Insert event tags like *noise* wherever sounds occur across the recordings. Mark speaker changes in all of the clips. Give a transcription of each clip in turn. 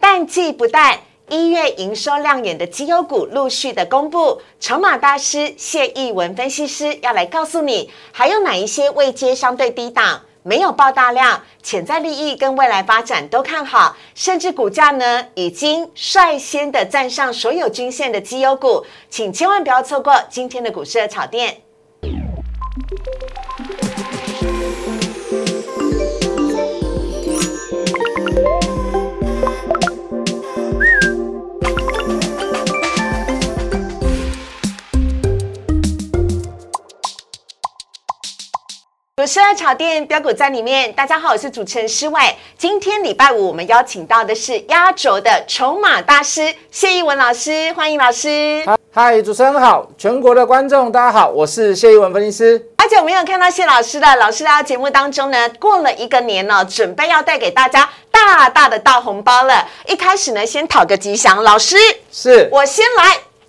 Speaker 1: 淡季不淡，一月营收亮眼的绩优股陆续的公布，筹码大师谢义文分析师要来告诉你，还有哪一些位阶相对低档。没有爆大量，潜在利益跟未来发展都看好，甚至股价呢已经率先的站上所有均线的绩优股，请千万不要错过今天的股市的炒店。股市二炒店标股在里面，大家好，我是主持人施伟。今天礼拜五，我们邀请到的是压轴的筹码大师谢一文老师，欢迎老师。
Speaker 2: 嗨，主持人好，全国的观众大家好，我是谢一文分析师。
Speaker 1: 而且我们有看到谢老师的，老师在节目当中呢，过了一个年了、准备要带给大家大大的大红包了。一开始呢，先讨个吉祥，老师，
Speaker 2: 是，
Speaker 1: 我先来，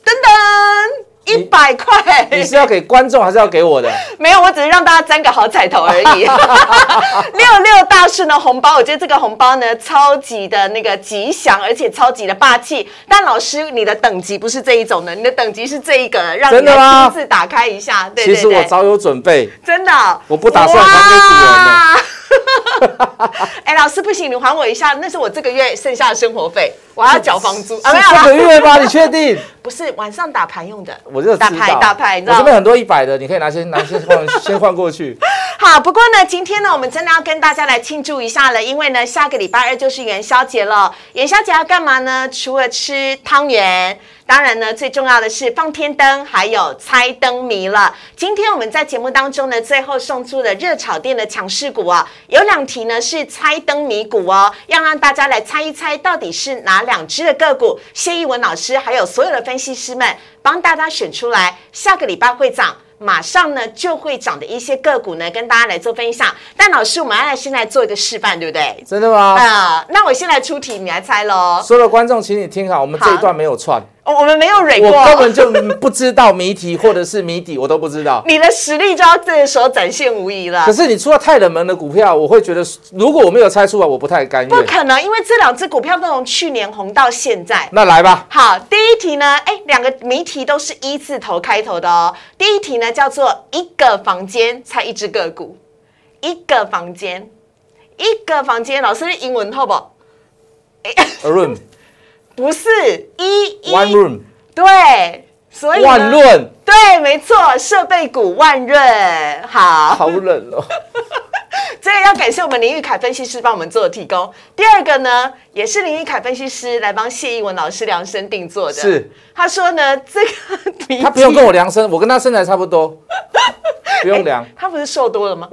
Speaker 1: 噔噔，一百块。
Speaker 2: 你是要给观众还是要给我的？
Speaker 1: 没有，我只是让大家沾个好彩头而
Speaker 2: *laughs*
Speaker 1: 已。六六大顺的红包，我觉得这个红包呢，超级的那个吉祥，而且超级的霸气。但老师，你的等级不是这一种的，你的等级是这一个，让你
Speaker 2: 真的
Speaker 1: 来
Speaker 2: 吗
Speaker 1: 亲自打开一下。 *laughs* 对
Speaker 2: 其
Speaker 1: 对对，
Speaker 2: 实我早有准备，
Speaker 1: 真的，
Speaker 2: 我不打算还给主人了
Speaker 1: 哇。 *laughs* 哎，老师不行，你还我一下，那是我这个月剩下的生活费，我还要缴房租啊，没有
Speaker 2: 是这个
Speaker 1: 啦，
Speaker 2: 月吗？你确定？
Speaker 1: 不是晚上打牌用的，
Speaker 2: 我就知
Speaker 1: 打
Speaker 2: 道
Speaker 1: 牌打牌，你知
Speaker 2: 我
Speaker 1: 道吗
Speaker 2: 这边？很多一百的，你可以拿先拿先
Speaker 1: *laughs*
Speaker 2: 换先换过去。
Speaker 1: 好，不过呢，今天呢，我们真的要跟大家来庆祝一下了，因为呢，下个礼拜二就是元宵节了。元宵节要干嘛呢？除了吃汤圆，当然呢，最重要的是放天灯，还有猜灯谜了。今天我们在节目当中呢，最后送出了热炒店的强势股啊，有两题呢是猜灯谜股哦，要让大家来猜一猜到底是哪两只的个股。谢一文老师还有所有的分析师们帮大家选出来，下个礼拜会涨。马上呢就会涨的一些个股呢，跟大家来做分享。但老师，我们要来先来做一个示范，对不对？
Speaker 2: 真的吗？
Speaker 1: 啊、那我先来出题，你来猜喽。
Speaker 2: 所有的观众，请你听好，我们这一
Speaker 1: 好
Speaker 2: 段没有串，
Speaker 1: 哦我们没有蕊
Speaker 2: 我根
Speaker 1: 过，
Speaker 2: 本就不知道谜题或者是谜底，我都不知道。
Speaker 1: 你的实力就要这个时候展现无疑了
Speaker 2: 可。是你出了太冷门的股票，我会觉得，如果我没有猜出来，我不太甘
Speaker 1: 不
Speaker 2: 愿。
Speaker 1: 可能，因为这两只股票都从去年红到现在。
Speaker 2: 那来吧，
Speaker 1: 好，第一题呢，哎，两个谜题都是一字头开头的哦。第一题呢叫做一个房间猜一只个股，一个房间，一个房间，老师英文好不好？
Speaker 2: a room
Speaker 1: 不是一哎一
Speaker 2: one room
Speaker 1: 对，所以呢
Speaker 2: 万论，
Speaker 1: 对，没错，设备股万润好，
Speaker 2: 好冷哦。
Speaker 1: 这个要感谢我们林玉凯分析师帮我们做的提供。第二个呢，也是林玉凯分析师来帮谢一文老师量身定做的。
Speaker 2: 是，
Speaker 1: 他说呢，这个题
Speaker 2: 他不用跟我量身，我跟他身材差不多，不用量， *laughs*
Speaker 1: 他不是瘦多了吗？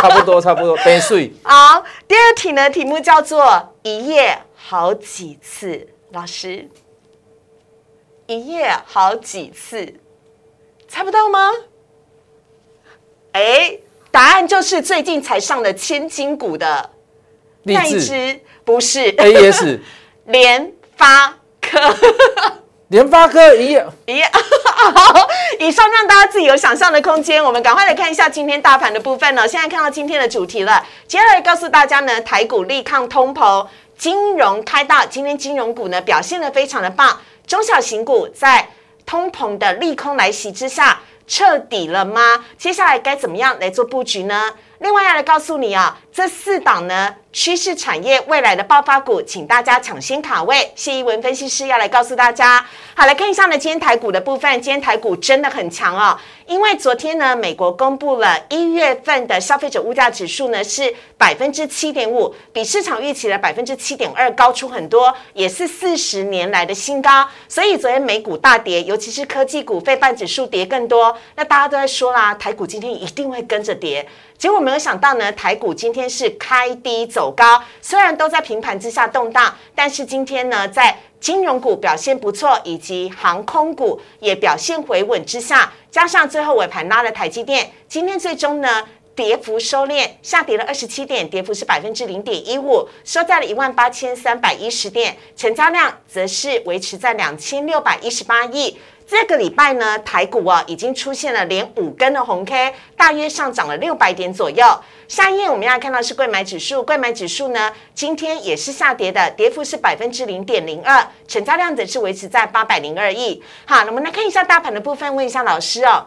Speaker 2: 差不多差不多，等睡。
Speaker 1: 好，第二题呢，题目叫做“一夜好几次”。老师，一夜好几次，猜不到吗？哎，答案就是最近才上的千金股的
Speaker 2: 励
Speaker 1: 那一
Speaker 2: 志 E
Speaker 1: 只，不是
Speaker 2: AES
Speaker 1: 联发科。
Speaker 2: 联发科一夜，
Speaker 1: 咦，好， *laughs* 以上让大家自己有想象的空间。我们赶快来看一下今天大盘的部分呢、现在看到今天的主题了，接下来告诉大家呢，台股力抗通膨，金融开大，今天金融股呢表现的非常的棒，中小型股在通膨的利空来袭之下。彻底了吗？接下来该怎么样来做布局呢？另外要来告诉你啊，这四档呢趋势产业未来的爆发股，请大家抢先卡位。谢一文分析师要来告诉大家。好，来看一下呢，今天台股的部分，今天台股真的很强哦，因为昨天呢，美国公布了一月份的消费者物价指数呢是百分之七点五，比市场预期的百分之七点二高出很多，也是四十年来的新高。所以昨天美股大跌，尤其是科技股、费半指数跌更多。那大家都在说啦，台股今天一定会跟着跌。结果没有想到呢，台股今天是开低走高，虽然都在平盘之下动荡，但是今天呢，在金融股表现不错，以及航空股也表现回稳之下，加上最后尾盘拉了台积电，今天最终呢。跌幅收敛，下跌了二十七点，跌幅是百分之零点一五，收在了一万八千三百一十点，成交量则是维持在两千六百一十八亿。这个礼拜呢，台股啊已经出现了连五根的红 K，大约上涨了六百点左右。下一页我们要看到是贵买指数，贵买指数呢今天也是下跌的，跌幅是百分之零点零二，成交量则是维持在八百零二亿。好，那我们来看一下大盘的部分，问一下老师哦，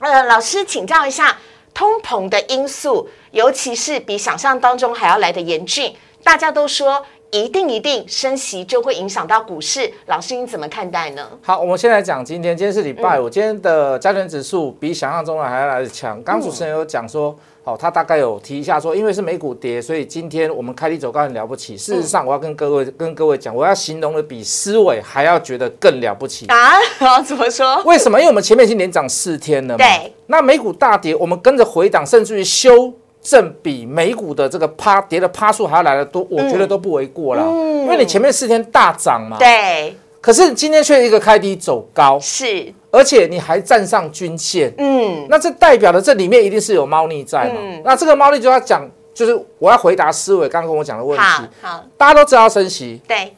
Speaker 1: 呃，老师请教一下通膨的因素，尤其是比想象当中还要来的严峻，大家都说。一定一定升息就会影响到股市，老师你怎么看待呢？
Speaker 2: 好，我们先来讲今天，今天是礼拜五，今天的加权指数比想象中的还要来的强。刚主持人有讲说，好，他大概有提一下说，因为是美股跌，所以今天我们开低走高很了不起。事实上，我要跟各位跟各位讲，我要形容的比思维还要觉得更了不起。
Speaker 1: *laughs* 啊，好，怎么说？
Speaker 2: *laughs* 为什么？因为我们前面已经连涨四天了嘛。
Speaker 1: 对。
Speaker 2: 那美股大跌，我们跟着回档，甚至于修正比美股的这个趴跌的趴数还要来的多，我觉得都不为过啦。因为你前面四天大涨嘛，
Speaker 1: 嗯对，
Speaker 2: 可是今天却一个开低走高，
Speaker 1: 是，
Speaker 2: 而且你还站上均线，
Speaker 1: 嗯，
Speaker 2: 那这代表了这里面一定是有猫腻在嘛？那这个猫腻就要讲，就是我要回答思维刚刚跟我讲的问
Speaker 1: 好
Speaker 2: 题。
Speaker 1: 好，
Speaker 2: 大家都知道升息，
Speaker 1: 对，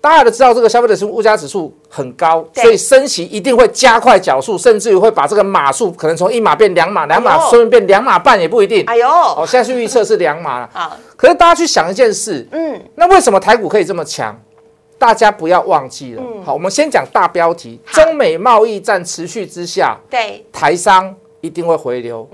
Speaker 2: 大家都知道这个消费者物价指数很高，
Speaker 1: 对
Speaker 2: 所以升息一定会加快脚速，甚至于会把这个码数可能从一码变两码，两码
Speaker 1: 哎呦
Speaker 2: 说不定变两码半也不一定。
Speaker 1: 哎呦，
Speaker 2: 哦，现在去预测是两码了。
Speaker 1: 好，
Speaker 2: 可是大家去想一件事，
Speaker 1: 嗯，
Speaker 2: 那为什么台股可以这么强？大家不要忘记了。好，我们先讲大标题：
Speaker 1: 嗯好
Speaker 2: 中美贸易战持续之下，
Speaker 1: 对，
Speaker 2: 台商一定会回流，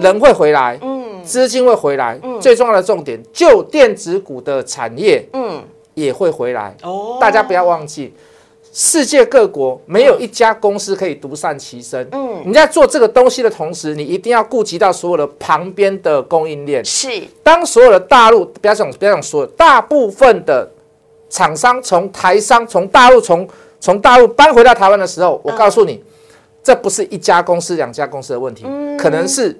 Speaker 2: 人会回来，
Speaker 1: 嗯
Speaker 2: 资金会回来。最重要的重点，就电子股的产业
Speaker 1: 嗯，
Speaker 2: 也会回来。
Speaker 1: 哦
Speaker 2: 大家不要忘记，世界各国没有一家公司可以独善其身。
Speaker 1: 嗯
Speaker 2: 你在做这个东西的同时，你一定要顾及到所有的旁边的供应链。
Speaker 1: 是，
Speaker 2: 当所有的大陆，不要讲不要讲所有，大部分的厂商从台商从大陆从从大陆搬回到台湾的时候，
Speaker 1: 嗯
Speaker 2: 我告诉你，这不是一家公司两家公司的问题，可能是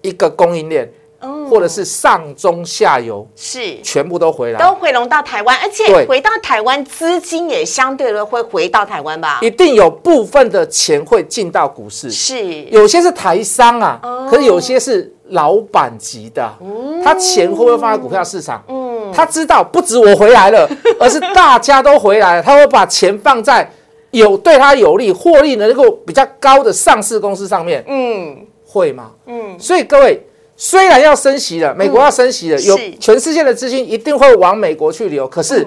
Speaker 2: 一个供应链，
Speaker 1: 嗯，
Speaker 2: 或者是上中下游
Speaker 1: 是，
Speaker 2: 全部都回来
Speaker 1: 都，回笼到台湾，而且
Speaker 2: 对
Speaker 1: 回到台湾资金也相对的会回到台湾吧？
Speaker 2: 一定有部分的钱会进到股市。
Speaker 1: 是，
Speaker 2: 有些是台商啊，可是有些是老板级的啊，他钱会不会放在股票市场？他知道不止我回来了， *laughs* 而是大家都回来了，他会把钱放在有对他有利、获利能够比较高的上市公司上面，
Speaker 1: 嗯，
Speaker 2: 会吗？所以各位。虽然要升息了，美国要升息了，有
Speaker 1: 是
Speaker 2: 全世界的资金一定会往美国去流，可是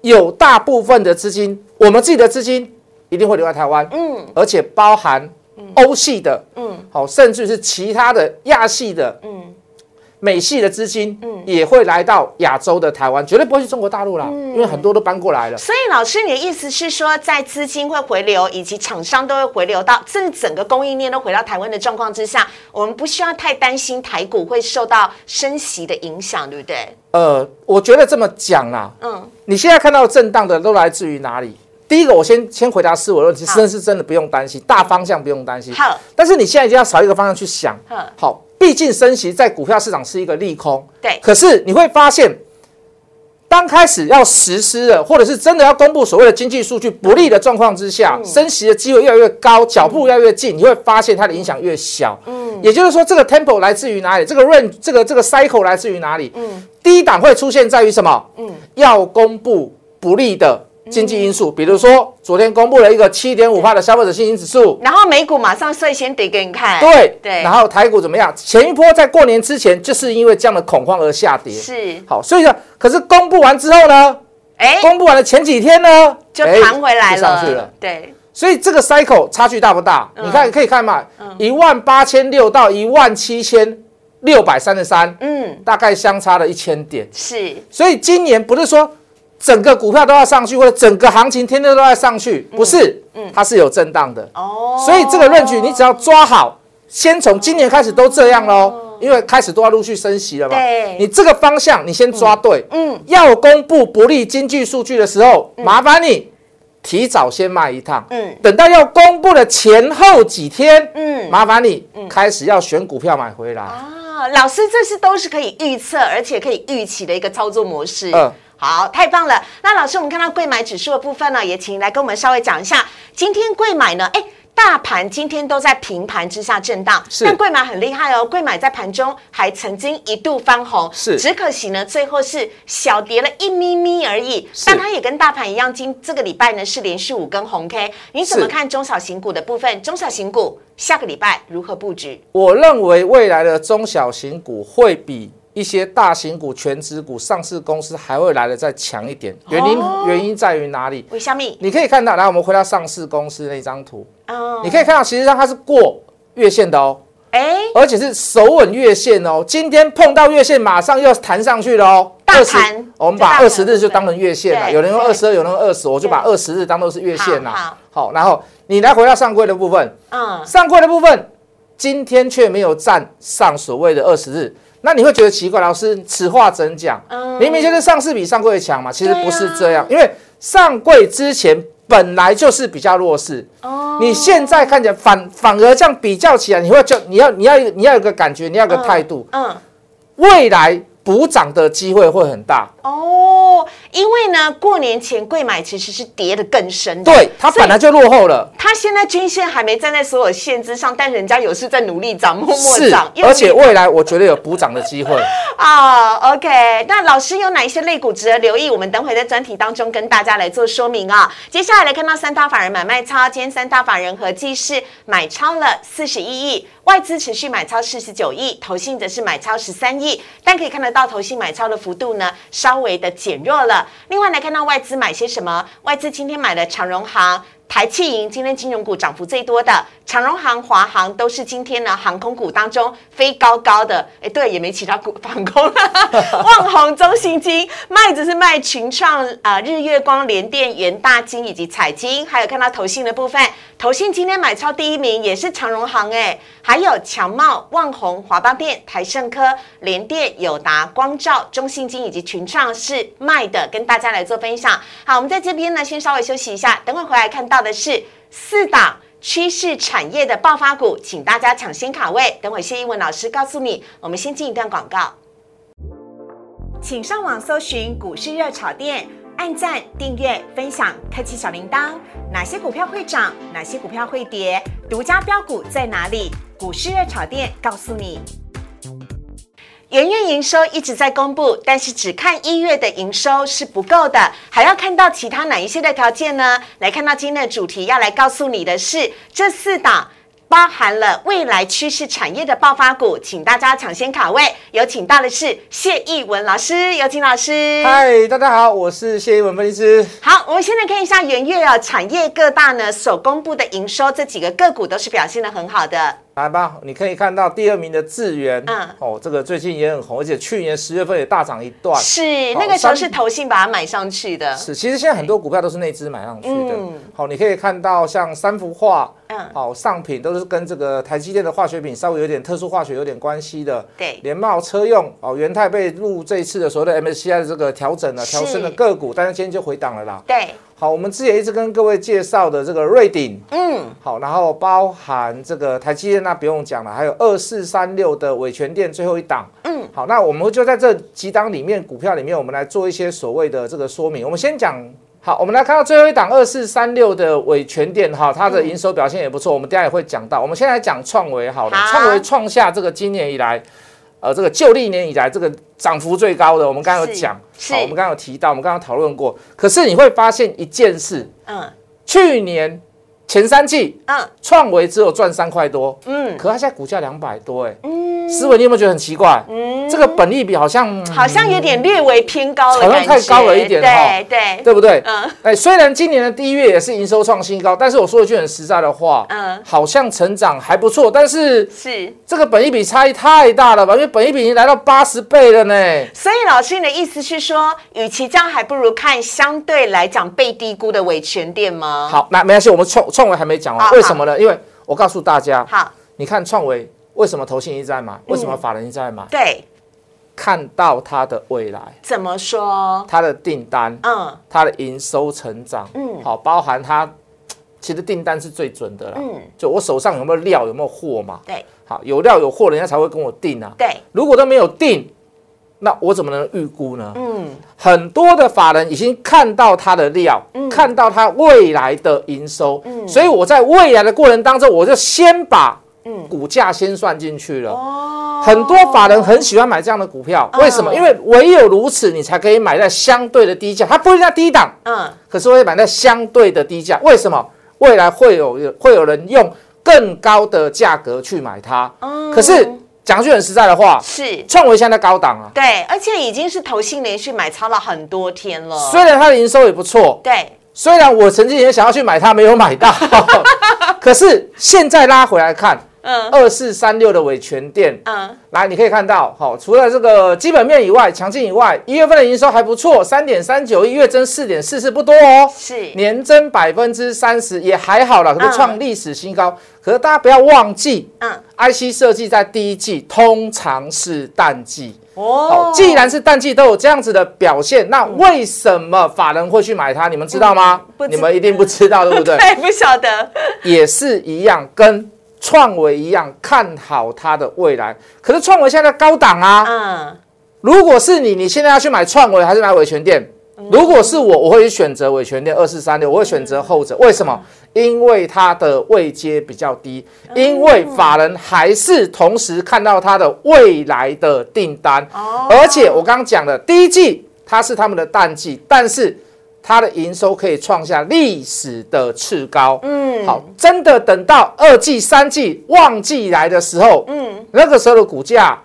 Speaker 2: 有大部分的资金，我们自己的资金一定会留在台湾，
Speaker 1: 嗯，
Speaker 2: 而且包含欧系的，嗯，好，甚至是其他的亚系的，嗯，美系的资金，嗯，也会来到亚洲的台湾，绝对不会去中国大陆啦，因为很多都搬过来了。
Speaker 1: 所以老师，你的意思是说，在资金会回流，以及厂商都会回流到这整个供应链都回到台湾的状况之下，我们不需要太担心台股会受到升息的影响，对不对？
Speaker 2: 呃，我觉得这么讲啦，
Speaker 1: 嗯，
Speaker 2: 你现在看到震荡的都来自于哪里？第一个，我先先回答思维问题，
Speaker 1: 好
Speaker 2: 真是真的不用担心，大方向不用担心。
Speaker 1: 好，
Speaker 2: 但是你现在就要朝一个方向去想
Speaker 1: 好。
Speaker 2: 好，毕竟升息在股票市场是一个利空，
Speaker 1: 对
Speaker 2: 可是你会发现，当开始要实施了，或者是真的要公布所谓的经济数据不利的状况之下，升息的机会越来越高，脚步越来越近，你会发现它的影响越小。嗯，也就是说，这个 tempo 来自于哪里？这个 range，这个这个 cycle 来自于哪里？嗯，低档会出现在于什么？嗯，要公布不利的。经济因素，比如说昨天公布了一个七点五帕的消费者信心指数，
Speaker 1: 然后美股马上率先跌给你看，
Speaker 2: 嗯对
Speaker 1: 对，
Speaker 2: 然后台股怎么样？前一波在过年之前就是因为这样的恐慌而下跌。
Speaker 1: 是，
Speaker 2: 好，所以呢，可是公布完之后呢，
Speaker 1: 哎，
Speaker 2: 公布完了前几天呢，
Speaker 1: 就
Speaker 2: 哎
Speaker 1: 弹回来
Speaker 2: 就上去了。
Speaker 1: 对，
Speaker 2: 所以这个 cycle 差距大不大？
Speaker 1: 嗯
Speaker 2: 你看可以看嘛，一万八千六到一万七千六百三十三，
Speaker 1: 嗯，
Speaker 2: 大概相差了一千点。
Speaker 1: 是，
Speaker 2: 所以今年不是说整个股票都要上去，或者整个行情天天都在上去，不是，它是有震荡的。
Speaker 1: 嗯哦，
Speaker 2: 所以这个论据你只要抓好，先从今年开始都这样喽，因为开始都要陆续升息了嘛
Speaker 1: 哦对。
Speaker 2: 你这个方向你先抓对，
Speaker 1: 嗯，
Speaker 2: 要公布不利经济数据的时候，麻烦你提早先卖一趟，
Speaker 1: 嗯
Speaker 2: 等到要公布的前后几天，
Speaker 1: 嗯
Speaker 2: 麻烦你开始要选股票买回来。
Speaker 1: 啊，老师，这是都是可以预测，而且可以预期的一个操作模式。
Speaker 2: 嗯
Speaker 1: 好，太棒了。那老师，我们看到贵买指数的部分呢，也请你来跟我们稍微讲一下，今天贵买呢，哎。大盘今天都在平盘之下震荡，
Speaker 2: 是
Speaker 1: 但贵买很厉害哦，贵买在盘中还曾经一度翻红，
Speaker 2: 是
Speaker 1: 只可惜呢，最后是小跌了一咪咪而已，
Speaker 2: 是
Speaker 1: 但它也跟大盘一样，今这个礼拜呢是连续五根红 K，你怎么
Speaker 2: 是
Speaker 1: 看中小型股的部分？中小型股下个礼拜如何布局？
Speaker 2: 我认为未来的中小型股会比一些大型股、全职股、上市公司还会来的再强一点。原因、
Speaker 1: 哦
Speaker 2: 原因在于哪里？
Speaker 1: 为虾米？
Speaker 2: 你可以看到，来我们回到上市公司那张图，
Speaker 1: 嗯，
Speaker 2: 你可以看到，其实上它是过月线的哦，
Speaker 1: 哎，
Speaker 2: 而且是手稳月线哦。今天碰到月线，马上又弹上去了哦。
Speaker 1: 大
Speaker 2: 20
Speaker 1: 盘
Speaker 2: 我们
Speaker 1: 大
Speaker 2: 把
Speaker 1: 盘
Speaker 2: 二十日就当成月线了。
Speaker 1: 对
Speaker 2: 有人用
Speaker 1: 对
Speaker 2: 二十二，有人用二十，我就把二十日当做是月线
Speaker 1: 好
Speaker 2: 啦。好，然后你来回到上柜的部分，
Speaker 1: 嗯，
Speaker 2: 上柜的部分今天却没有站上所谓的二十日，那你会觉得奇怪，老师此话怎讲？
Speaker 1: 嗯
Speaker 2: 明明就是上市比上柜强嘛，其实不是这
Speaker 1: 啊
Speaker 2: 样，因为上柜之前本来就是比较弱势，
Speaker 1: 哦
Speaker 2: 你现在看起来反反而这样比较起来，你会就你要你要有你要有个感觉，你要有个态度，
Speaker 1: 嗯。
Speaker 2: 未来补涨的机会会很大。
Speaker 1: 哦，因为呢，过年前贵买其实是跌得更深的，
Speaker 2: 对，它
Speaker 1: 所以
Speaker 2: 本来就落后了。
Speaker 1: 它现在均线还没站在所有线之上，但人家有是在努力涨，默默
Speaker 2: 是
Speaker 1: 涨，，
Speaker 2: 而且未来我觉得有补涨的机会。
Speaker 1: *laughs* 啊、o k 那老师有哪一些类股值得留意？我们等会在专题当中跟大家来做说明啊、接下来来看到三大法人买卖超，今天三大法人合计是买超了四十一亿，外资持续买超四十九亿，投信则是买超十三亿。但可以看得到，投信买超的幅度呢稍微的减弱了。另外来看到外资买些什么？外资今天买了长荣行。台气银今天金融股涨幅最多的，长荣航、华航都是今天呢航空股当中飞高高的。哎，对，也没其他股航空了。万宏、中信金卖只是卖群创、啊日月光、联电、元大金以及彩金，还有看到投信的部分，投信今天买超第一名也是长荣航哎，还有强茂、万宏、华邦电、台盛科、联电、友达、光照、中信金以及群创是卖的，跟大家来做分享。好，我们在这边呢先稍微休息一下，等会回来看到的是四档。趋势产业的爆发股，请大家抢先卡位。等会谢英文老师告诉你，我们先进一段广告。请上网搜寻股市热炒店，按赞、订阅、分享，开启小铃铛。哪些股票会涨？哪些股票会跌？独家标股在哪里？股市热炒店告诉你。元月营收一直在公布，但是只看一月的营收是不够的，还要看到其他哪一些的条件呢？来看到今天的主题，要来告诉你的是这四档。包含了未来趋势产业的爆发股，请大家抢先卡位。有请到的是谢义文老师，有请老师。
Speaker 2: 嗨，大家好，我是谢一文分析师。
Speaker 1: 好，我们现在看一下元月啊，产业各大呢所公布的营收，这几个个股都是表现的很好的。
Speaker 2: 来吧，你可以看到第二名的智源，
Speaker 1: 嗯
Speaker 2: 哦，这个最近也很红，而且去年十月份也大涨一段。
Speaker 1: 是
Speaker 2: 好
Speaker 1: 那个时候
Speaker 2: 三
Speaker 1: 是投信把它买上去的。
Speaker 2: 是，其实现在很多股票都是内资买上去的
Speaker 1: 嗯。
Speaker 2: 好、你可以看到像三幅画，
Speaker 1: 嗯
Speaker 2: 好、上品都是跟这个台积电的化学品稍微有点特殊化学有点关系的。
Speaker 1: 对
Speaker 2: 联茂车用哦，元泰被入这一次的所谓的 MSCI 的这个调整了，
Speaker 1: 是
Speaker 2: 调升的个股，但是今天就回档了啦。
Speaker 1: 对，
Speaker 2: 好，我们之前一直跟各位介绍的这个瑞鼎，
Speaker 1: 嗯，
Speaker 2: 好，然后包含这个台积电，那不用讲了，还有二四三六的伟全店最后一档，嗯，好，那我们就在这几档里面，股票里面，我们来做一些所谓的这个说明。我们先讲，好，我们来看到最后一档二四三六的伟全店，哈，它的营收表现也不错，我们等一下也会讲到。我们先来讲创维好了，
Speaker 1: 好
Speaker 2: 创维创下这个今年以来，呃，这个旧历年以来这个涨幅最高的，我们刚刚有
Speaker 1: 是
Speaker 2: 讲，
Speaker 1: 是
Speaker 2: 好，我们刚刚有提到，我们刚刚讨论过。可是你会发现一件事，
Speaker 1: 嗯
Speaker 2: 去年前三季。
Speaker 1: 嗯，
Speaker 2: 创维只有赚三块多，
Speaker 1: 嗯
Speaker 2: 嗯，可它现在股价两百多、哎，嗯，思维你有没有觉得很奇怪？嗯，这个本益比好像，嗯
Speaker 1: 好像有点略微偏高了，
Speaker 2: 好像太高了一点
Speaker 1: 对对，
Speaker 2: 对不对？
Speaker 1: 嗯
Speaker 2: 哎，虽然今年的第一月也是营收创新高，但是我说一句很实在的话，
Speaker 1: 嗯
Speaker 2: 嗯，好像成长还不错，但是
Speaker 1: 是。
Speaker 2: 这个本益比差异太大了吧？因为本益比已经来到八十倍了呢。
Speaker 1: 所以老师，你的意思是说，与其这样，还不如看相对来讲被低估的维权店吗？，
Speaker 2: 好，那没关系，我们创创维还没讲完
Speaker 1: 好，
Speaker 2: 为什么呢？因为我告诉大家，
Speaker 1: 好，
Speaker 2: 你看创维为什么投信一直在买，为什么法人一直在买？
Speaker 1: 对，
Speaker 2: 看到它的未来，
Speaker 1: 怎么说？
Speaker 2: 它的订单，
Speaker 1: 嗯
Speaker 2: 它的营收成长，嗯，好，包含它其实订单是最准的啦，
Speaker 1: 嗯
Speaker 2: 嗯，就我手上有没有料，有没有货嘛，
Speaker 1: 对
Speaker 2: 好，有料有货，人家才会跟我订啊，
Speaker 1: 对，
Speaker 2: 如果都没有订，那我怎么能预估呢？
Speaker 1: 嗯，
Speaker 2: 很多的法人已经看到它的料，
Speaker 1: 嗯
Speaker 2: 看到它未来的营收，所以我在未来的过程当中，我就先把股价先算进去了。
Speaker 1: 嗯哦，
Speaker 2: 很多法人很喜欢买这样的股票，为什么？
Speaker 1: 嗯
Speaker 2: 因为唯有如此，你才可以买在相对的低价，它不一定在低档，
Speaker 1: 嗯
Speaker 2: 可是会买在相对的低价。为什么？未来会有会有人用更高的价格去买它。
Speaker 1: 嗯，
Speaker 2: 可是讲句很实在的话，
Speaker 1: 是
Speaker 2: 创维现在在高档啊，
Speaker 1: 对，而且已经是投信连续买超了很多天了，
Speaker 2: 虽然它的营收也不错，
Speaker 1: 对，
Speaker 2: 虽然我曾经也想要去买它，没有买到， *laughs* 可是现在拉回来看，
Speaker 1: 嗯
Speaker 2: 二四三六的尾权店，
Speaker 1: 嗯
Speaker 2: 来你可以看到，好、除了这个基本面以外，强劲以外，一月份的营收还不错，三点三九亿，月增四点四四，不多哦，
Speaker 1: 是，
Speaker 2: 年增百分之三十也还好啦，可
Speaker 1: 嗯
Speaker 2: 是创历史新高。可是大家不要忘记
Speaker 1: 嗯
Speaker 2: ，IC 设计在第一季通常是淡季。
Speaker 1: 哦
Speaker 2: 哦，，既然是淡季都有这样子的表现，那为什么法人会去买它？你们知道吗
Speaker 1: 不？知
Speaker 2: 你们一定不知道，对
Speaker 1: *laughs*
Speaker 2: 不对？
Speaker 1: 对不晓得，
Speaker 2: 也是一样，跟创维一样看好它的未来。可是创维现在在高档啊，
Speaker 1: 嗯
Speaker 2: 如果是你，你现在要去买创维还是买伟权店？
Speaker 1: 嗯
Speaker 2: 如果是我，我会选择伟权店二四三六，我会选择后者。
Speaker 1: 嗯
Speaker 2: 为什么？因为它的位阶比较低，
Speaker 1: 哦
Speaker 2: 因为法人还是同时看到它的未来的订单。
Speaker 1: 哦，
Speaker 2: 而且我刚刚讲的第一季它是他们的淡季，但是它的营收可以创下历史的次高。
Speaker 1: 嗯
Speaker 2: 好，真的等到二季、三季旺季来的时候，
Speaker 1: 嗯
Speaker 2: 那个时候的股价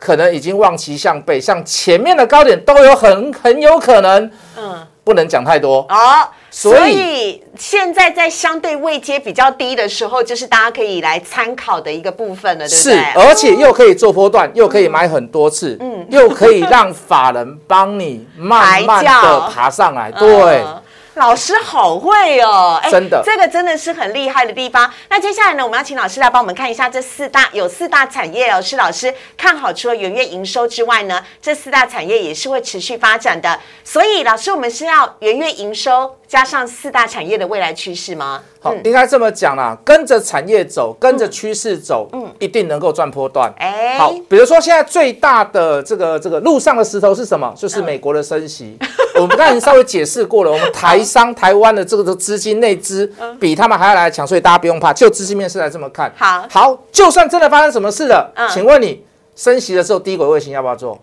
Speaker 2: 可能已经望其项背，像前面的高点都有很很有可能，
Speaker 1: 嗯
Speaker 2: 不能讲太多。
Speaker 1: 哦。
Speaker 2: 所
Speaker 1: 所
Speaker 2: 以
Speaker 1: 以现在在相对位阶比较低的时候，就是大家可以来参考的一个部分了，对不
Speaker 2: 是
Speaker 1: 对？，哦
Speaker 2: 而且又可以做波段，又可以买很多次，嗯，又可以让法人帮你慢慢
Speaker 1: 抬轿
Speaker 2: 的爬上来，对。
Speaker 1: 嗯老师好会哦，哎
Speaker 2: 真的
Speaker 1: 这个真的是很厉害的地方。那接下来呢，我们要请老师来帮我们看一下这四大有四大产业哦，是老师看好除了元月营收之外呢，这四大产业也是会持续发展的。所以老师，我们是要元月营收加上四大产业的未来趋势吗？
Speaker 2: 好，应该这么讲啦，跟着产业走，跟着趋势走，
Speaker 1: 嗯
Speaker 2: 一定能够赚波段。
Speaker 1: 哎
Speaker 2: 好，比如说现在最大的这个这个路上的石头是什
Speaker 1: 嗯
Speaker 2: 么？就是美国的升息。 *laughs* 我们刚才已经稍微解释过了，我们台商台湾的这个资金内资
Speaker 1: 嗯
Speaker 2: 比他们还要来强，所以大家不用怕。就资金面是来这么看。
Speaker 1: 好
Speaker 2: 好，就算真的发生什么事了
Speaker 1: 嗯，
Speaker 2: 请问你升息的时候，低轨卫星要不要做？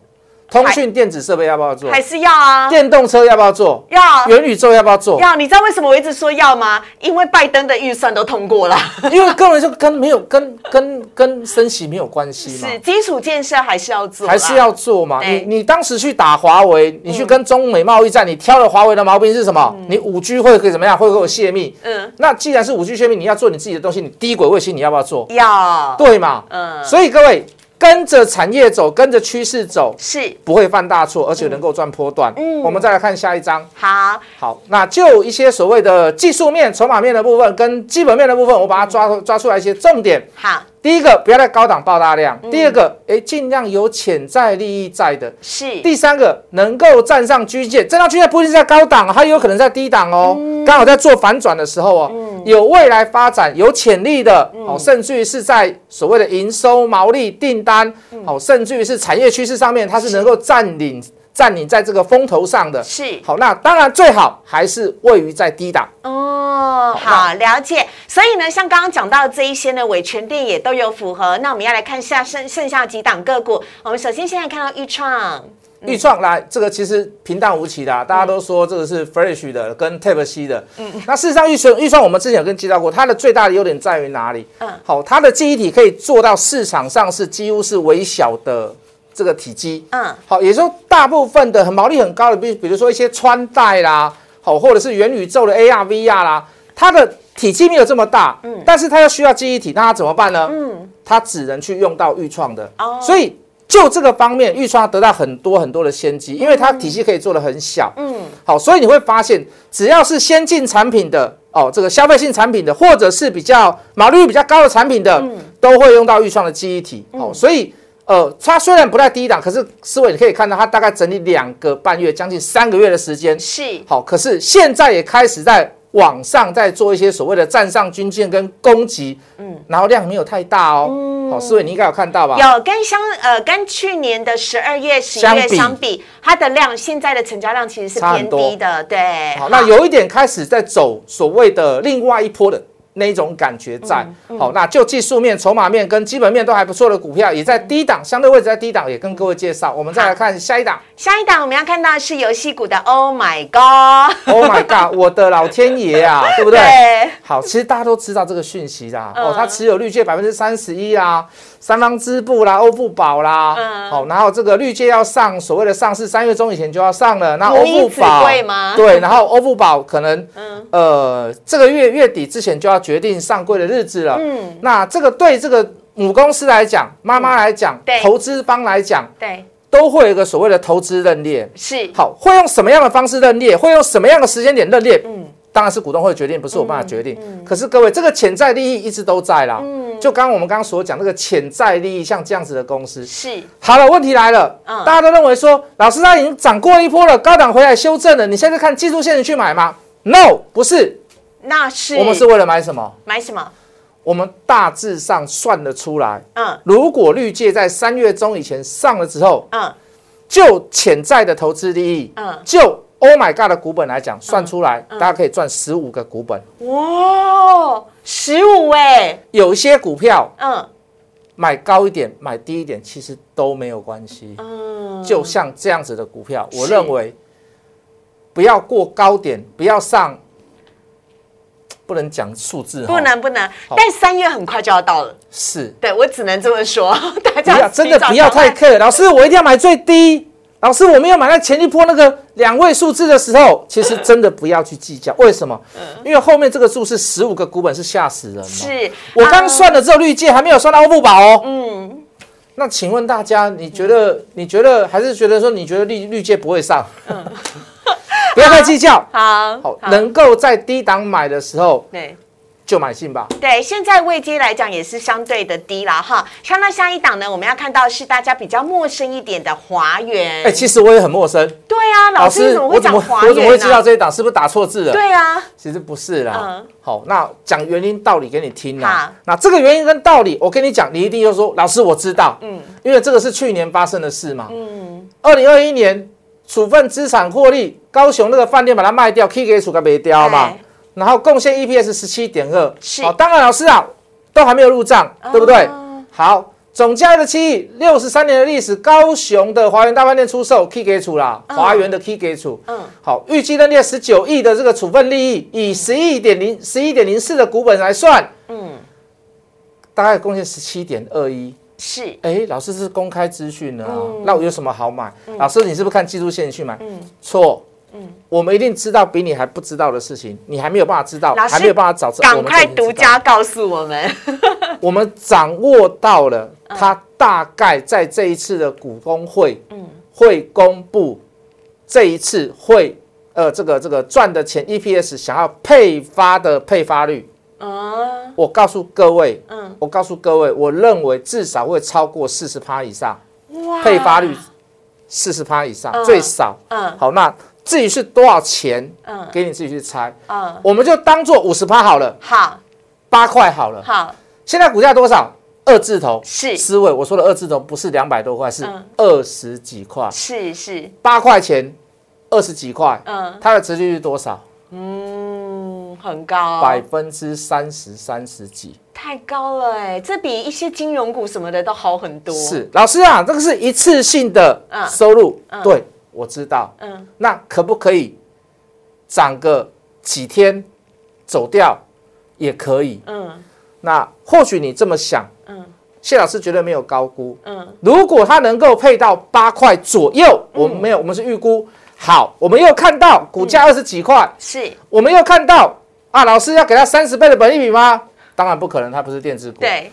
Speaker 2: 通讯电子设备要不要做？
Speaker 1: 还是要啊？
Speaker 2: 电动车要不要做？
Speaker 1: 要
Speaker 2: 元宇宙要不要做？
Speaker 1: 要，你知道为什么我一直说要吗？因为拜登的预算都通过
Speaker 2: *laughs*
Speaker 1: 了，
Speaker 2: 因为根本就跟没有跟跟跟升息没有关系嘛
Speaker 1: 是，基础建设还是要做啦，
Speaker 2: 还是要做嘛。
Speaker 1: 对
Speaker 2: 你你当时去打华为，你去跟中美贸易战，你挑了华为的毛病是什么？你五 G 会可以怎么样？会给我泄密？
Speaker 1: 嗯
Speaker 2: 那既然是五 G 泄密，你要做你自己的东西，你低轨卫星你要不要做？
Speaker 1: 要
Speaker 2: 对嘛？
Speaker 1: 嗯
Speaker 2: 所以各位跟着产业走，跟着趋势走，
Speaker 1: 是
Speaker 2: 不会犯大错，而且能够赚波段。
Speaker 1: 嗯
Speaker 2: 我们再来看下一章。
Speaker 1: 好。
Speaker 2: 好，那就一些所谓的技术面、筹码面的部分跟基本面的部分，我把它抓抓出来一些重点。
Speaker 1: 好，
Speaker 2: 第一个，不要在高档爆大量；
Speaker 1: 嗯
Speaker 2: 第二个，哎，尽量有潜在利益在的；
Speaker 1: 是
Speaker 2: 第三个，能够站上均线，站上均线不一定是在高档哦，它也有可能在低档哦，刚好在做反转的时候哦，有未来发展、有潜力的哦，甚至于是在所谓的营收、毛利、订单，哦，甚至于是产业趋势上面，它是能够占领占领在这个风头上的。
Speaker 1: 是
Speaker 2: 好，那当然最好还是位于在低档。
Speaker 1: 哦，
Speaker 2: 好
Speaker 1: 好了解。所以呢，像刚刚讲到这一些呢，伟权店也都有符合。那我们要来看下剩剩下几档个股。我们首先现在看到豫创，
Speaker 2: 预创来这个其实平淡无奇的、啊，大家都说这个是 Flash 的跟 Type C 的。嗯，那事实上预算预算我们之前有跟介绍过，它的最大的优点在于哪里？
Speaker 1: 嗯
Speaker 2: 嗯，好，它的记忆体可以做到市场上是几乎是微小的这个体积。
Speaker 1: 嗯，
Speaker 2: 好，也就是说大部分的很毛利很高的，比比如说一些穿戴啦，好，或者是元宇宙的 AR、VR 啦，它的体积没有这么大，嗯，但是它又需要记忆体，那它怎么办呢？嗯，它只能去用到预创的，
Speaker 1: 哦
Speaker 2: 所以就这个方面，预创得到很多很多的先机，因为它体积可以做得很小，嗯，好，所以你会发现，只要是先进产品的。哦，这个消费性产品的，或者是比较毛利率比较高的产品的，都会用到预创的记忆体。哦，所以呃，它虽然不在低档，可是思维你可以看到，它大概整理两个半月，将近三个月的时间。
Speaker 1: 是
Speaker 2: 好，可是现在也开始在往上在做一些所谓的站上均线跟攻击，嗯，然后量没有太大哦，好，思伟你应该有看到吧？
Speaker 1: 有跟相呃跟去年的十二月、十一
Speaker 2: 相
Speaker 1: 月
Speaker 2: 比
Speaker 1: 相比，它的量现在的成交量其实是
Speaker 2: 差很
Speaker 1: 偏
Speaker 2: 多
Speaker 1: 低的，对。
Speaker 2: 好，那有一点开始在走所谓的另外一波的那一种感觉在。好，那就技术面、筹码面跟基本面都还不错的股票，也在低档，相对位置在低档，也跟各位介绍。我们再来看下一 *laughs* 档。
Speaker 1: 下一档我们要看到的是游戏股的 Oh my
Speaker 2: *laughs*
Speaker 1: God，
Speaker 2: Oh my god！我的老天爷啊，对不对？
Speaker 1: 对
Speaker 2: 好，其实大家都知道这个讯息啦。
Speaker 1: 嗯
Speaker 2: 哦，它持有率界百分之三十一啦，三方支部啦，欧富宝啦，
Speaker 1: 嗯
Speaker 2: 哦，然后这个绿界要上，所谓的上市三月中以前就要上了。那
Speaker 1: 母
Speaker 2: 欧
Speaker 1: 以
Speaker 2: 富
Speaker 1: 子
Speaker 2: 宝
Speaker 1: 贵吗
Speaker 2: 对，然后欧富宝可能
Speaker 1: 嗯
Speaker 2: 呃这个月月底之前就要决定上柜的日子了。
Speaker 1: 嗯，
Speaker 2: 那这个对这个母公司来讲，妈妈来讲
Speaker 1: 对，
Speaker 2: 投资方来讲，
Speaker 1: 对，
Speaker 2: 都会有一个所谓的投资认列。
Speaker 1: 是，
Speaker 2: 好，会用什么样的方式认列？会用什么样的时间点认列？
Speaker 1: 嗯
Speaker 2: 当然是股东会决定，不是我办法决定。可是各位，这个潜在利益一直都在啦。
Speaker 1: 嗯
Speaker 2: 就刚刚我们刚刚所讲那个潜在利益，像这样子的公司。
Speaker 1: 是，
Speaker 2: 好了，问题来了，
Speaker 1: 嗯
Speaker 2: 大家都认为说，老师它已经涨过一波了，高档回来修正了，你现在看技术线你去买吗？No，不是，
Speaker 1: 那是
Speaker 2: 我们是为了买什么？
Speaker 1: 买什么？
Speaker 2: 我们大致上算得出来，
Speaker 1: 嗯
Speaker 2: 如果绿界在三月中以前上了之后，
Speaker 1: 嗯
Speaker 2: 就潜在的投资利益，
Speaker 1: 嗯
Speaker 2: 就 Oh my God 的股本来讲，算出来大家可以赚十五个股本。
Speaker 1: 哇，十五哎，
Speaker 2: 有一些股票
Speaker 1: 嗯
Speaker 2: 买高一点，买低一点，其实都没有关系。
Speaker 1: 嗯，
Speaker 2: 就像这样子的股票，我
Speaker 1: 是
Speaker 2: 认为不要过高点，不要上，不能讲数字哦，
Speaker 1: 不能不能，但三月很快就要到了，
Speaker 2: 是
Speaker 1: 对我只能这么说， *laughs* 大
Speaker 2: 不要
Speaker 1: 家
Speaker 2: 真的
Speaker 1: 提早
Speaker 2: 不要
Speaker 1: 赶快
Speaker 2: 太 care。老师，我一定要买最低。老师，我没有买在前一波那个两位数字的时候，其实真的不要去计较。为什么？因为后面这个数是十五个股本，是吓死人嘛。
Speaker 1: 嗯是，
Speaker 2: 我
Speaker 1: 啊
Speaker 2: 刚算了之后，绿界还没有算到欧布宝哦。嗯。那请问大家，你觉得？
Speaker 1: 嗯
Speaker 2: 你觉得还是觉得说，你觉得绿绿界不会上？ *laughs* 不要太计较。
Speaker 1: 好
Speaker 2: 好，能够在低档买的时候
Speaker 1: 对。
Speaker 2: 就买进吧。
Speaker 1: 对，现在位阶来讲也是相对的低啦哈。像那下一档呢，我们要看到是大家比较陌生一点的华元。
Speaker 2: 哎，其实我也很陌生。
Speaker 1: 对啊，老师你怎么
Speaker 2: 我
Speaker 1: 会
Speaker 2: 怎
Speaker 1: 讲
Speaker 2: 么
Speaker 1: 华啊
Speaker 2: 我
Speaker 1: 元
Speaker 2: 怎
Speaker 1: 呢、
Speaker 2: 么会知道这一档是不是打错字了？
Speaker 1: 对啊，
Speaker 2: 其实不是啦
Speaker 1: 嗯。
Speaker 2: 好，那讲原因道理给你听
Speaker 1: 好
Speaker 2: 啦。那这个原因跟道理，我跟你讲，你一定就说老师我知道，嗯，因为这个是去年发生的事嘛。嗯，二零二一年处分资产获利，高雄那个饭店把它卖掉，K 给楚给没掉嘛
Speaker 1: 对，
Speaker 2: 然后贡献 EPS 十七点二。
Speaker 1: 哎是啊
Speaker 2: 好，当然老师啊，都还没有入账，对不对？好。总价的七亿，六十三年的历史，高雄的华源大饭店出售 K 给楚啦，华源的 K 给楚，
Speaker 1: 嗯，
Speaker 2: 好，预计认列十九亿的这个处分利益，以十一点零十一点零四的股本来算，嗯，大概贡献十七点二一。
Speaker 1: 是
Speaker 2: 哎，老师这是公开资讯啊，那我有什么好买？老师，你是不是看技术线去买？错，我们一定知道比你还不知道的事情，你还没有办法知道，
Speaker 1: 老师
Speaker 2: 还没有办法找出，
Speaker 1: 赶
Speaker 2: 我们
Speaker 1: 快
Speaker 2: 就已经
Speaker 1: 独
Speaker 2: 知道
Speaker 1: 家告诉我们。 *laughs*
Speaker 2: 我们掌握到了，它大概在这一次的股东会，
Speaker 1: 嗯
Speaker 2: 会公布这一次会呃这个这个赚的钱 EPS 想要配发的配发率。
Speaker 1: 嗯，
Speaker 2: 我告诉各位，
Speaker 1: 嗯
Speaker 2: 我告诉各位，我认为至少会超过四十趴以上，
Speaker 1: 哇
Speaker 2: 配发率四十趴以上、
Speaker 1: 嗯
Speaker 2: 最少。
Speaker 1: 嗯
Speaker 2: 好，那至于是多少钱，
Speaker 1: 嗯
Speaker 2: 给你自己去猜，
Speaker 1: 嗯，
Speaker 2: 我们就当做五十趴好了，
Speaker 1: 好
Speaker 2: 八块好了。
Speaker 1: 好
Speaker 2: 现在股价多少？二字头
Speaker 1: 是
Speaker 2: 思维，我说的二字头不是两百多块，是
Speaker 1: 嗯
Speaker 2: 二十几块，
Speaker 1: 是是，
Speaker 2: 八块钱，二十几块，
Speaker 1: 嗯
Speaker 2: 它的值率是多少？
Speaker 1: 嗯，很高，
Speaker 2: 百分之三十三十几。
Speaker 1: 太高了哎、这比一些金融股什么的都好很多。，
Speaker 2: 是老师啊，这个是一次性的
Speaker 1: 嗯
Speaker 2: 收入，对我知道。
Speaker 1: 嗯
Speaker 2: 那可不可以涨个几天走掉也可以？
Speaker 1: 嗯
Speaker 2: 那或许你这么想，
Speaker 1: 嗯
Speaker 2: 谢老师绝对没有高估，
Speaker 1: 嗯，
Speaker 2: 如果它能够配到八块左右，我们没有，我们是预估。好，我们又看到股价二十几块，
Speaker 1: 是
Speaker 2: 我们又看到啊，老师要给它三十倍的本益比吗？当然不可能，它不是电子股，
Speaker 1: 对，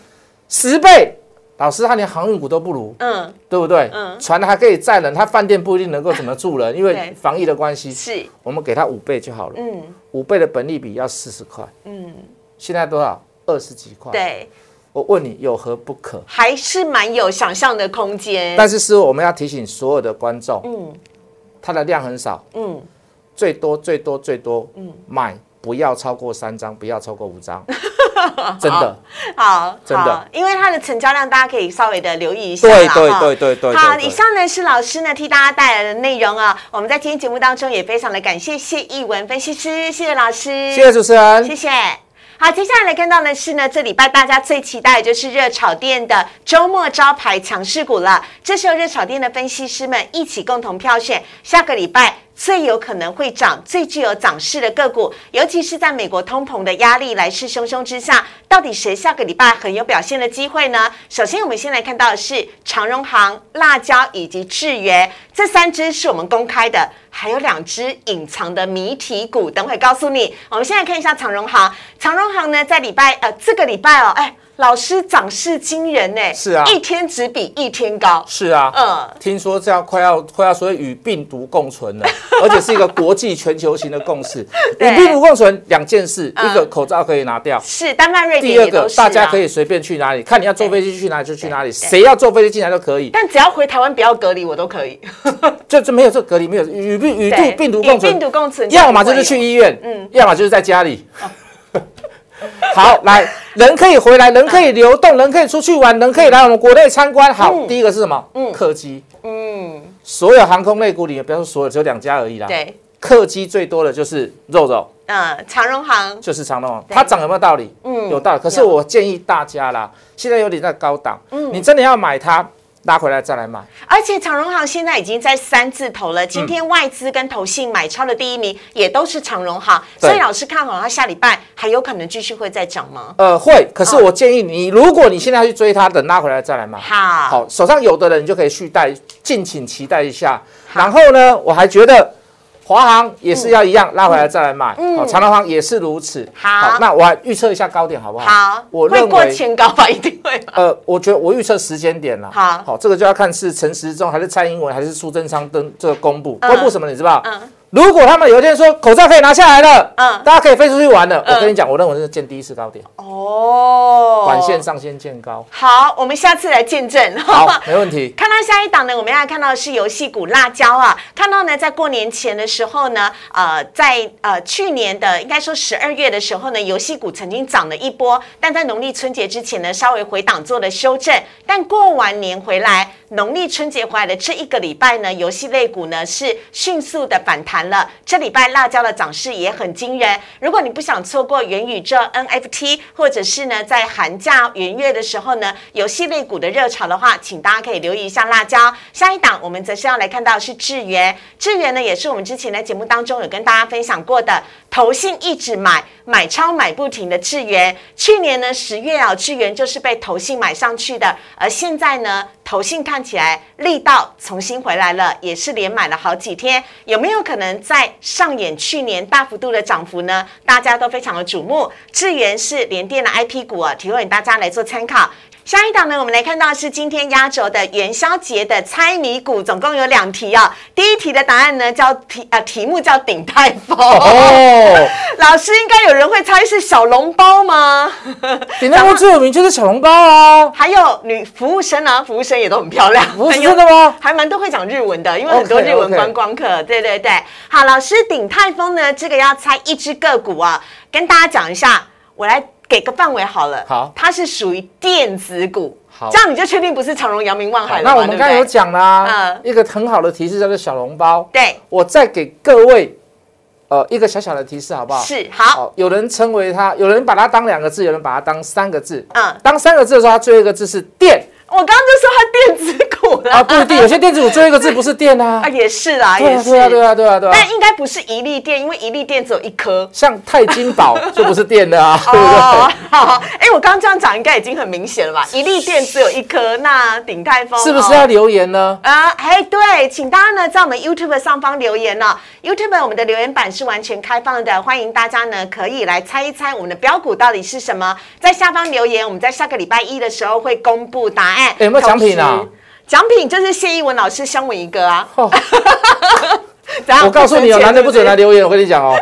Speaker 2: 十倍，老师它连航运股都不如，
Speaker 1: 嗯
Speaker 2: 对不对？
Speaker 1: 嗯
Speaker 2: 船还可以载人，它饭店不一定能够怎么住人，因
Speaker 1: 对
Speaker 2: 为防疫的关系，
Speaker 1: 是，
Speaker 2: 我们给它五倍就好了，
Speaker 1: 嗯
Speaker 2: 五倍的本利比要四十块，
Speaker 1: 嗯，
Speaker 2: 现在多少？二十几块。
Speaker 1: 对。
Speaker 2: 我问你有何不可？
Speaker 1: 还是蛮有想象的空间。
Speaker 2: 但是师傅，我们要提醒所有的观众，
Speaker 1: 嗯
Speaker 2: 它的量很少，
Speaker 1: 嗯， *laughs*
Speaker 2: 最多最多最多，买不要超过三张，不要超过五张，真的。
Speaker 1: 好，
Speaker 2: 真的
Speaker 1: 好，因为它的成交量，大家可以稍微的留意一下啦
Speaker 2: 对对
Speaker 1: 哈
Speaker 2: 对对对
Speaker 1: 好，
Speaker 2: 对对
Speaker 1: 以上呢是老师呢替大家带来的内容啊。我们在今天节目当中也非常的感谢谢逸文分析师，谢谢老师，
Speaker 2: 谢谢主持人
Speaker 1: 谢。谢。好，接下来来看到的是呢，这礼拜大家最期待的就是热炒店的周末招牌强势股了。这时候热炒店的分析师们一起共同票选，下个礼拜最有可能会涨、最具有涨势的个股，尤其是在美国通膨的压力来势汹汹之下，到底谁下个礼拜很有表现的机会呢？首先，我们先来看到的是长荣行、辣椒以及智源这三只是我们公开的。还有两只隐藏的谜题股，等会告诉你。我们现在看一下长荣行，长荣行呢在礼拜呃这个礼拜哦，哎，老师涨势惊人呢、
Speaker 2: 是啊
Speaker 1: 一天只比一天高，
Speaker 2: 是啊，
Speaker 1: 嗯
Speaker 2: 听说这样快要快要所谓与病毒共存
Speaker 1: *laughs*
Speaker 2: 了，而且是一个国际全球型的共识。与
Speaker 1: 对
Speaker 2: 病毒共存两件事，
Speaker 1: 嗯
Speaker 2: 一个口罩可以拿掉，
Speaker 1: 是丹麦、瑞典
Speaker 2: 第二
Speaker 1: 也
Speaker 2: 个
Speaker 1: 都是、啊，
Speaker 2: 大家可。以随便去哪里，看你要坐飞机去哪里就去哪里，
Speaker 1: 对对
Speaker 2: 谁要坐飞机进来都可以，
Speaker 1: 但只要回台湾不要隔离，我都可以。
Speaker 2: 就就没有这个隔离，没有与病与
Speaker 1: 对
Speaker 2: 病病毒共
Speaker 1: 与
Speaker 2: 存
Speaker 1: 病，毒共存，
Speaker 2: 要么就是去医院，
Speaker 1: 嗯哦
Speaker 2: 要么就是在家里。 *laughs* 好，来，人可以回来，人可
Speaker 1: 嗯
Speaker 2: 以流动，人可以出去玩，人可以来我们国内参观。好，第一个是什么？客机。
Speaker 1: 嗯，
Speaker 2: 所有航空类股里面，不要说所有，只有两家而已啦。，
Speaker 1: 对，
Speaker 2: 客机最多的就是肉肉，
Speaker 1: 嗯，长荣行，
Speaker 2: 就是长隆，它涨有没有道理？
Speaker 1: 嗯
Speaker 2: 有道理。可是
Speaker 1: 有嗯
Speaker 2: 我建议大家啦，现在有点在高档，你真的要买它，拉回来再来买。
Speaker 1: 而且长荣行现在已经在三字头了。今
Speaker 2: 嗯
Speaker 1: 天外资跟投信买超的第一名也都是长荣行，
Speaker 2: 对
Speaker 1: 所以老师看好它下礼拜还有可能继续会再涨吗？
Speaker 2: 呃，会。可是我建议你，如果你现在要去追它，等拉回来再来买。
Speaker 1: 哦好，
Speaker 2: 好，手上有的人你就可以续贷，敬请期待一下。然后呢，我还觉得华航也是要一样拉回来再来买，好，长隆航也是如此。
Speaker 1: 嗯好
Speaker 2: 那我还预测一下高点好不好？
Speaker 1: 好，
Speaker 2: 我
Speaker 1: 会
Speaker 2: 认
Speaker 1: 过
Speaker 2: 为。
Speaker 1: 千高吧，一定会吧。
Speaker 2: 呃，我觉得我预测时间点啦，
Speaker 1: 好
Speaker 2: 好，这个就要看是陈时中还是蔡英文还是苏贞昌登这个公布，
Speaker 1: 嗯
Speaker 2: 公布什么你知道？
Speaker 1: 嗯
Speaker 2: 如果他们有一天说口罩可以拿下来了，
Speaker 1: 嗯
Speaker 2: 大家可以飞出去玩了，
Speaker 1: 嗯
Speaker 2: 我跟你讲，我认为这是见第一次高点，
Speaker 1: 哦，
Speaker 2: 短线。上先
Speaker 1: *laughs*
Speaker 2: 见高，
Speaker 1: 好，我们下次来见证。
Speaker 2: 好，
Speaker 1: *laughs*
Speaker 2: 没问题。
Speaker 1: 看到下一档呢，我们要看到的是游戏股辣椒啊。看到呢，在过年前的时候呢，呃，在呃去年的应该说十二月的时候呢，游戏股曾经涨了一波，但在农历春节之前呢，稍微回档做了修正。但过完年回来，农历春节回来的这一个礼拜呢，游戏类股呢是迅速的反弹了。这礼拜辣椒的涨势也很惊人。如果你不想错过元宇宙 NFT，或者是呢在寒假元月的时候呢，游戏类股的热潮的话，请大家可以留意一下辣椒。下一档我们则是要来看到的是智源，智源呢也是我们之前的节目当中有跟大家分享过的，投信一直买买超买不停的智源。去年呢十月啊，智源就是被投信买上去的，而现在呢，投信看起来力道重新回来了，也是连买了好几天，有没有可能再上演去年大幅度的涨幅呢？大家都非常的瞩目。智源是联电的 IP 股啊，提供给大家来做参考。下一档呢，我们来看到是今天压轴的元宵节的猜谜股，总共有两题啊。第一题的答案呢叫题呃题目叫鼎泰 *laughs* 丰，
Speaker 2: 哦，
Speaker 1: 老师应该有人会猜是小笼包吗？ *laughs*
Speaker 2: 顶泰丰最有名就是小笼包啊。
Speaker 1: 还有女服务生啊，服务生也都很漂亮，
Speaker 2: 不是
Speaker 1: 很有
Speaker 2: 真的吗？
Speaker 1: 哦还蛮多会讲日文的，因为很多
Speaker 2: OK，OK
Speaker 1: 日文观光客。对对对，好，老师鼎泰丰呢，这个要猜一只个股啊，跟大家讲一下，我来给个范围好了。
Speaker 2: 好
Speaker 1: 它是属于电子股，
Speaker 2: 好
Speaker 1: 这样你就确定不是长荣、阳明、万海了嘛
Speaker 2: 那我们刚才有，讲啦
Speaker 1: 嗯，
Speaker 2: 一个很好的提示叫做小笼包。
Speaker 1: 对
Speaker 2: 我再给各位呃一个小小的提示，好不
Speaker 1: 不
Speaker 2: 好？
Speaker 1: 对，是好，
Speaker 2: 有人称为它，有人把它当两个字，有人把它当三个字。
Speaker 1: 嗯
Speaker 2: 当三个字的时候，它最后一个字是电
Speaker 1: 我刚刚就说它电子股了
Speaker 2: 啊，不
Speaker 1: 嗯
Speaker 2: 一定，有些电子股最后一个字不是电啊
Speaker 1: *laughs* 啊，。也是啦，
Speaker 2: 对
Speaker 1: 也
Speaker 2: 啊，
Speaker 1: 是，
Speaker 2: 对啊，对啊，对
Speaker 1: *laughs*
Speaker 2: 啊，对啊。
Speaker 1: 但应该不是一粒电，因为一粒电只有一颗。
Speaker 2: 像钛金宝就不是电的啊，对
Speaker 1: *laughs*
Speaker 2: 不
Speaker 1: 哦
Speaker 2: 对？，
Speaker 1: 好，哎、我刚刚这样讲应该已经很明显了吧？一粒电只有一颗，那鼎泰丰
Speaker 2: 是不是
Speaker 1: 哦
Speaker 2: 要留言呢？
Speaker 1: 啊，哎，对，请大家呢在我们 YouTube 上方留言呢、YouTube 我们的留言板是完全开放的，欢迎大家呢可以来猜一猜我们的标股到底是什么，在下方留言，我们在下个礼拜一的时候会公布答案。
Speaker 2: 哎有没有奖品啊
Speaker 1: 同时？奖品就是谢一文老师香吻一个啊！ *laughs*
Speaker 2: 哦
Speaker 1: 怎样
Speaker 2: 我告诉你哦，男的不准来。留言，我跟
Speaker 1: *laughs*
Speaker 2: 你讲哦，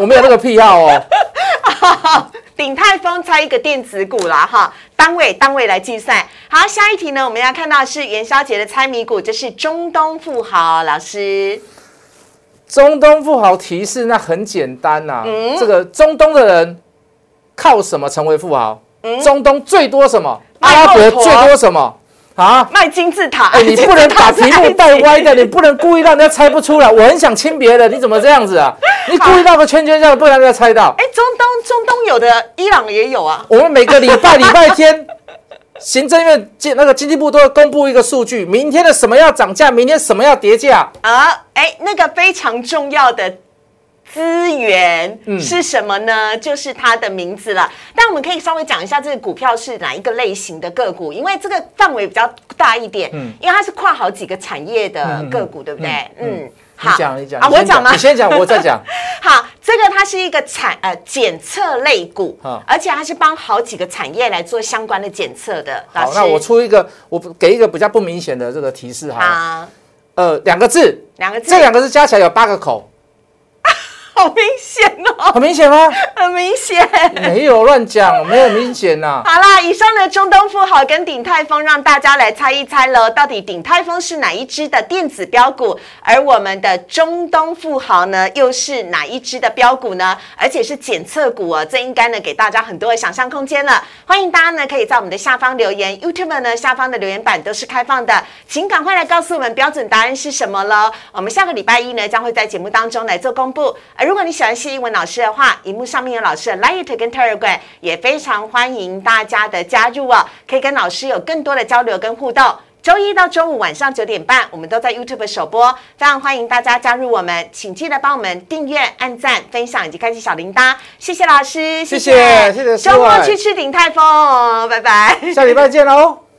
Speaker 2: 我没有那个癖好哦。
Speaker 1: 鼎泰丰猜一个电子股啦，哈，单位单位来计算。好，下一题呢，我们要看到是元宵节的猜谜股，这是中东富豪老师。
Speaker 2: 啊
Speaker 1: 嗯
Speaker 2: 中东富豪提示那很简单呐、这个中东的人靠什么成为富豪？中东最多什么？
Speaker 1: 嗯卖
Speaker 2: 阿拉伯
Speaker 1: 骆驼
Speaker 2: 最多什么？啊？
Speaker 1: 卖金字塔， *laughs*
Speaker 2: 哎，你不能把题目带歪的，你不能故意让人家猜不出来。我很想亲别的，你怎么这样子
Speaker 1: *laughs*
Speaker 2: 啊？你故意绕个圈圈这样，不然人家猜到。
Speaker 1: 哎，中东中东有的，伊朗也有啊。
Speaker 2: 我们每个礼拜礼拜天，行政院经那个经济部都会公布一个数据，明天的什么要涨价，明天什么要跌价。
Speaker 1: 啊，哎，那个非常重要的资源
Speaker 2: 嗯
Speaker 1: 是什么呢？就是它的名字了。但我们可以稍微讲一下这个股票是哪一个类型的个股，因为这个范围比较大一点，
Speaker 2: 嗯
Speaker 1: 因为它是跨好几个产业的个股，对不对？嗯，
Speaker 2: 你
Speaker 1: 好，
Speaker 2: 讲，你讲
Speaker 1: 啊，
Speaker 2: 你先
Speaker 1: 我讲吗
Speaker 2: 你？先讲，我
Speaker 1: *laughs*
Speaker 2: 再讲。
Speaker 1: 好，这个它是一个产呃检测类股
Speaker 2: 好，
Speaker 1: 而且它是帮好几个产业来做相关的检测的。老
Speaker 2: 好，
Speaker 1: 师，
Speaker 2: 那我出一个，我给一个比较不明显的这个提示哈。
Speaker 1: 好
Speaker 2: 呃，两个字，
Speaker 1: 两个字，
Speaker 2: 这两个字加起来有八个口，
Speaker 1: 好明显哦，
Speaker 2: 很
Speaker 1: *laughs*
Speaker 2: 明显吗？
Speaker 1: 很明显。
Speaker 2: 没有乱讲，没有明显呐。
Speaker 1: 好啦，以上呢中东富豪跟鼎泰丰让大家来猜一猜喽，到底鼎泰丰是哪一只的电子标股，而我们的中东富豪呢又是哪一只的标股呢？而且是检测股哦，这应该呢给大家很多的想象空间了。欢迎大家呢可以在我们的下方留言，YouTube 呢下方的留言板都是开放的，请赶快来告诉我们标准答案是什么喽。我们下个礼拜一呢将会在节目当中来做公布。而如果你喜欢谢英文老师的话，荧幕上面有老师的 Light 跟 Telegram，也非常欢迎大家的加入哦，可以跟老师有更多的交流跟互动。周一到周五晚上九点半，我们都在 YouTube 首播，非常欢迎大家加入我们，请记得帮我们订阅、按赞、分享以及开启小铃铛，谢谢老师，
Speaker 2: 谢谢谢谢
Speaker 1: 周末
Speaker 2: 思慧
Speaker 1: 去吃鼎泰丰哦，拜拜。
Speaker 2: 下礼拜见喽。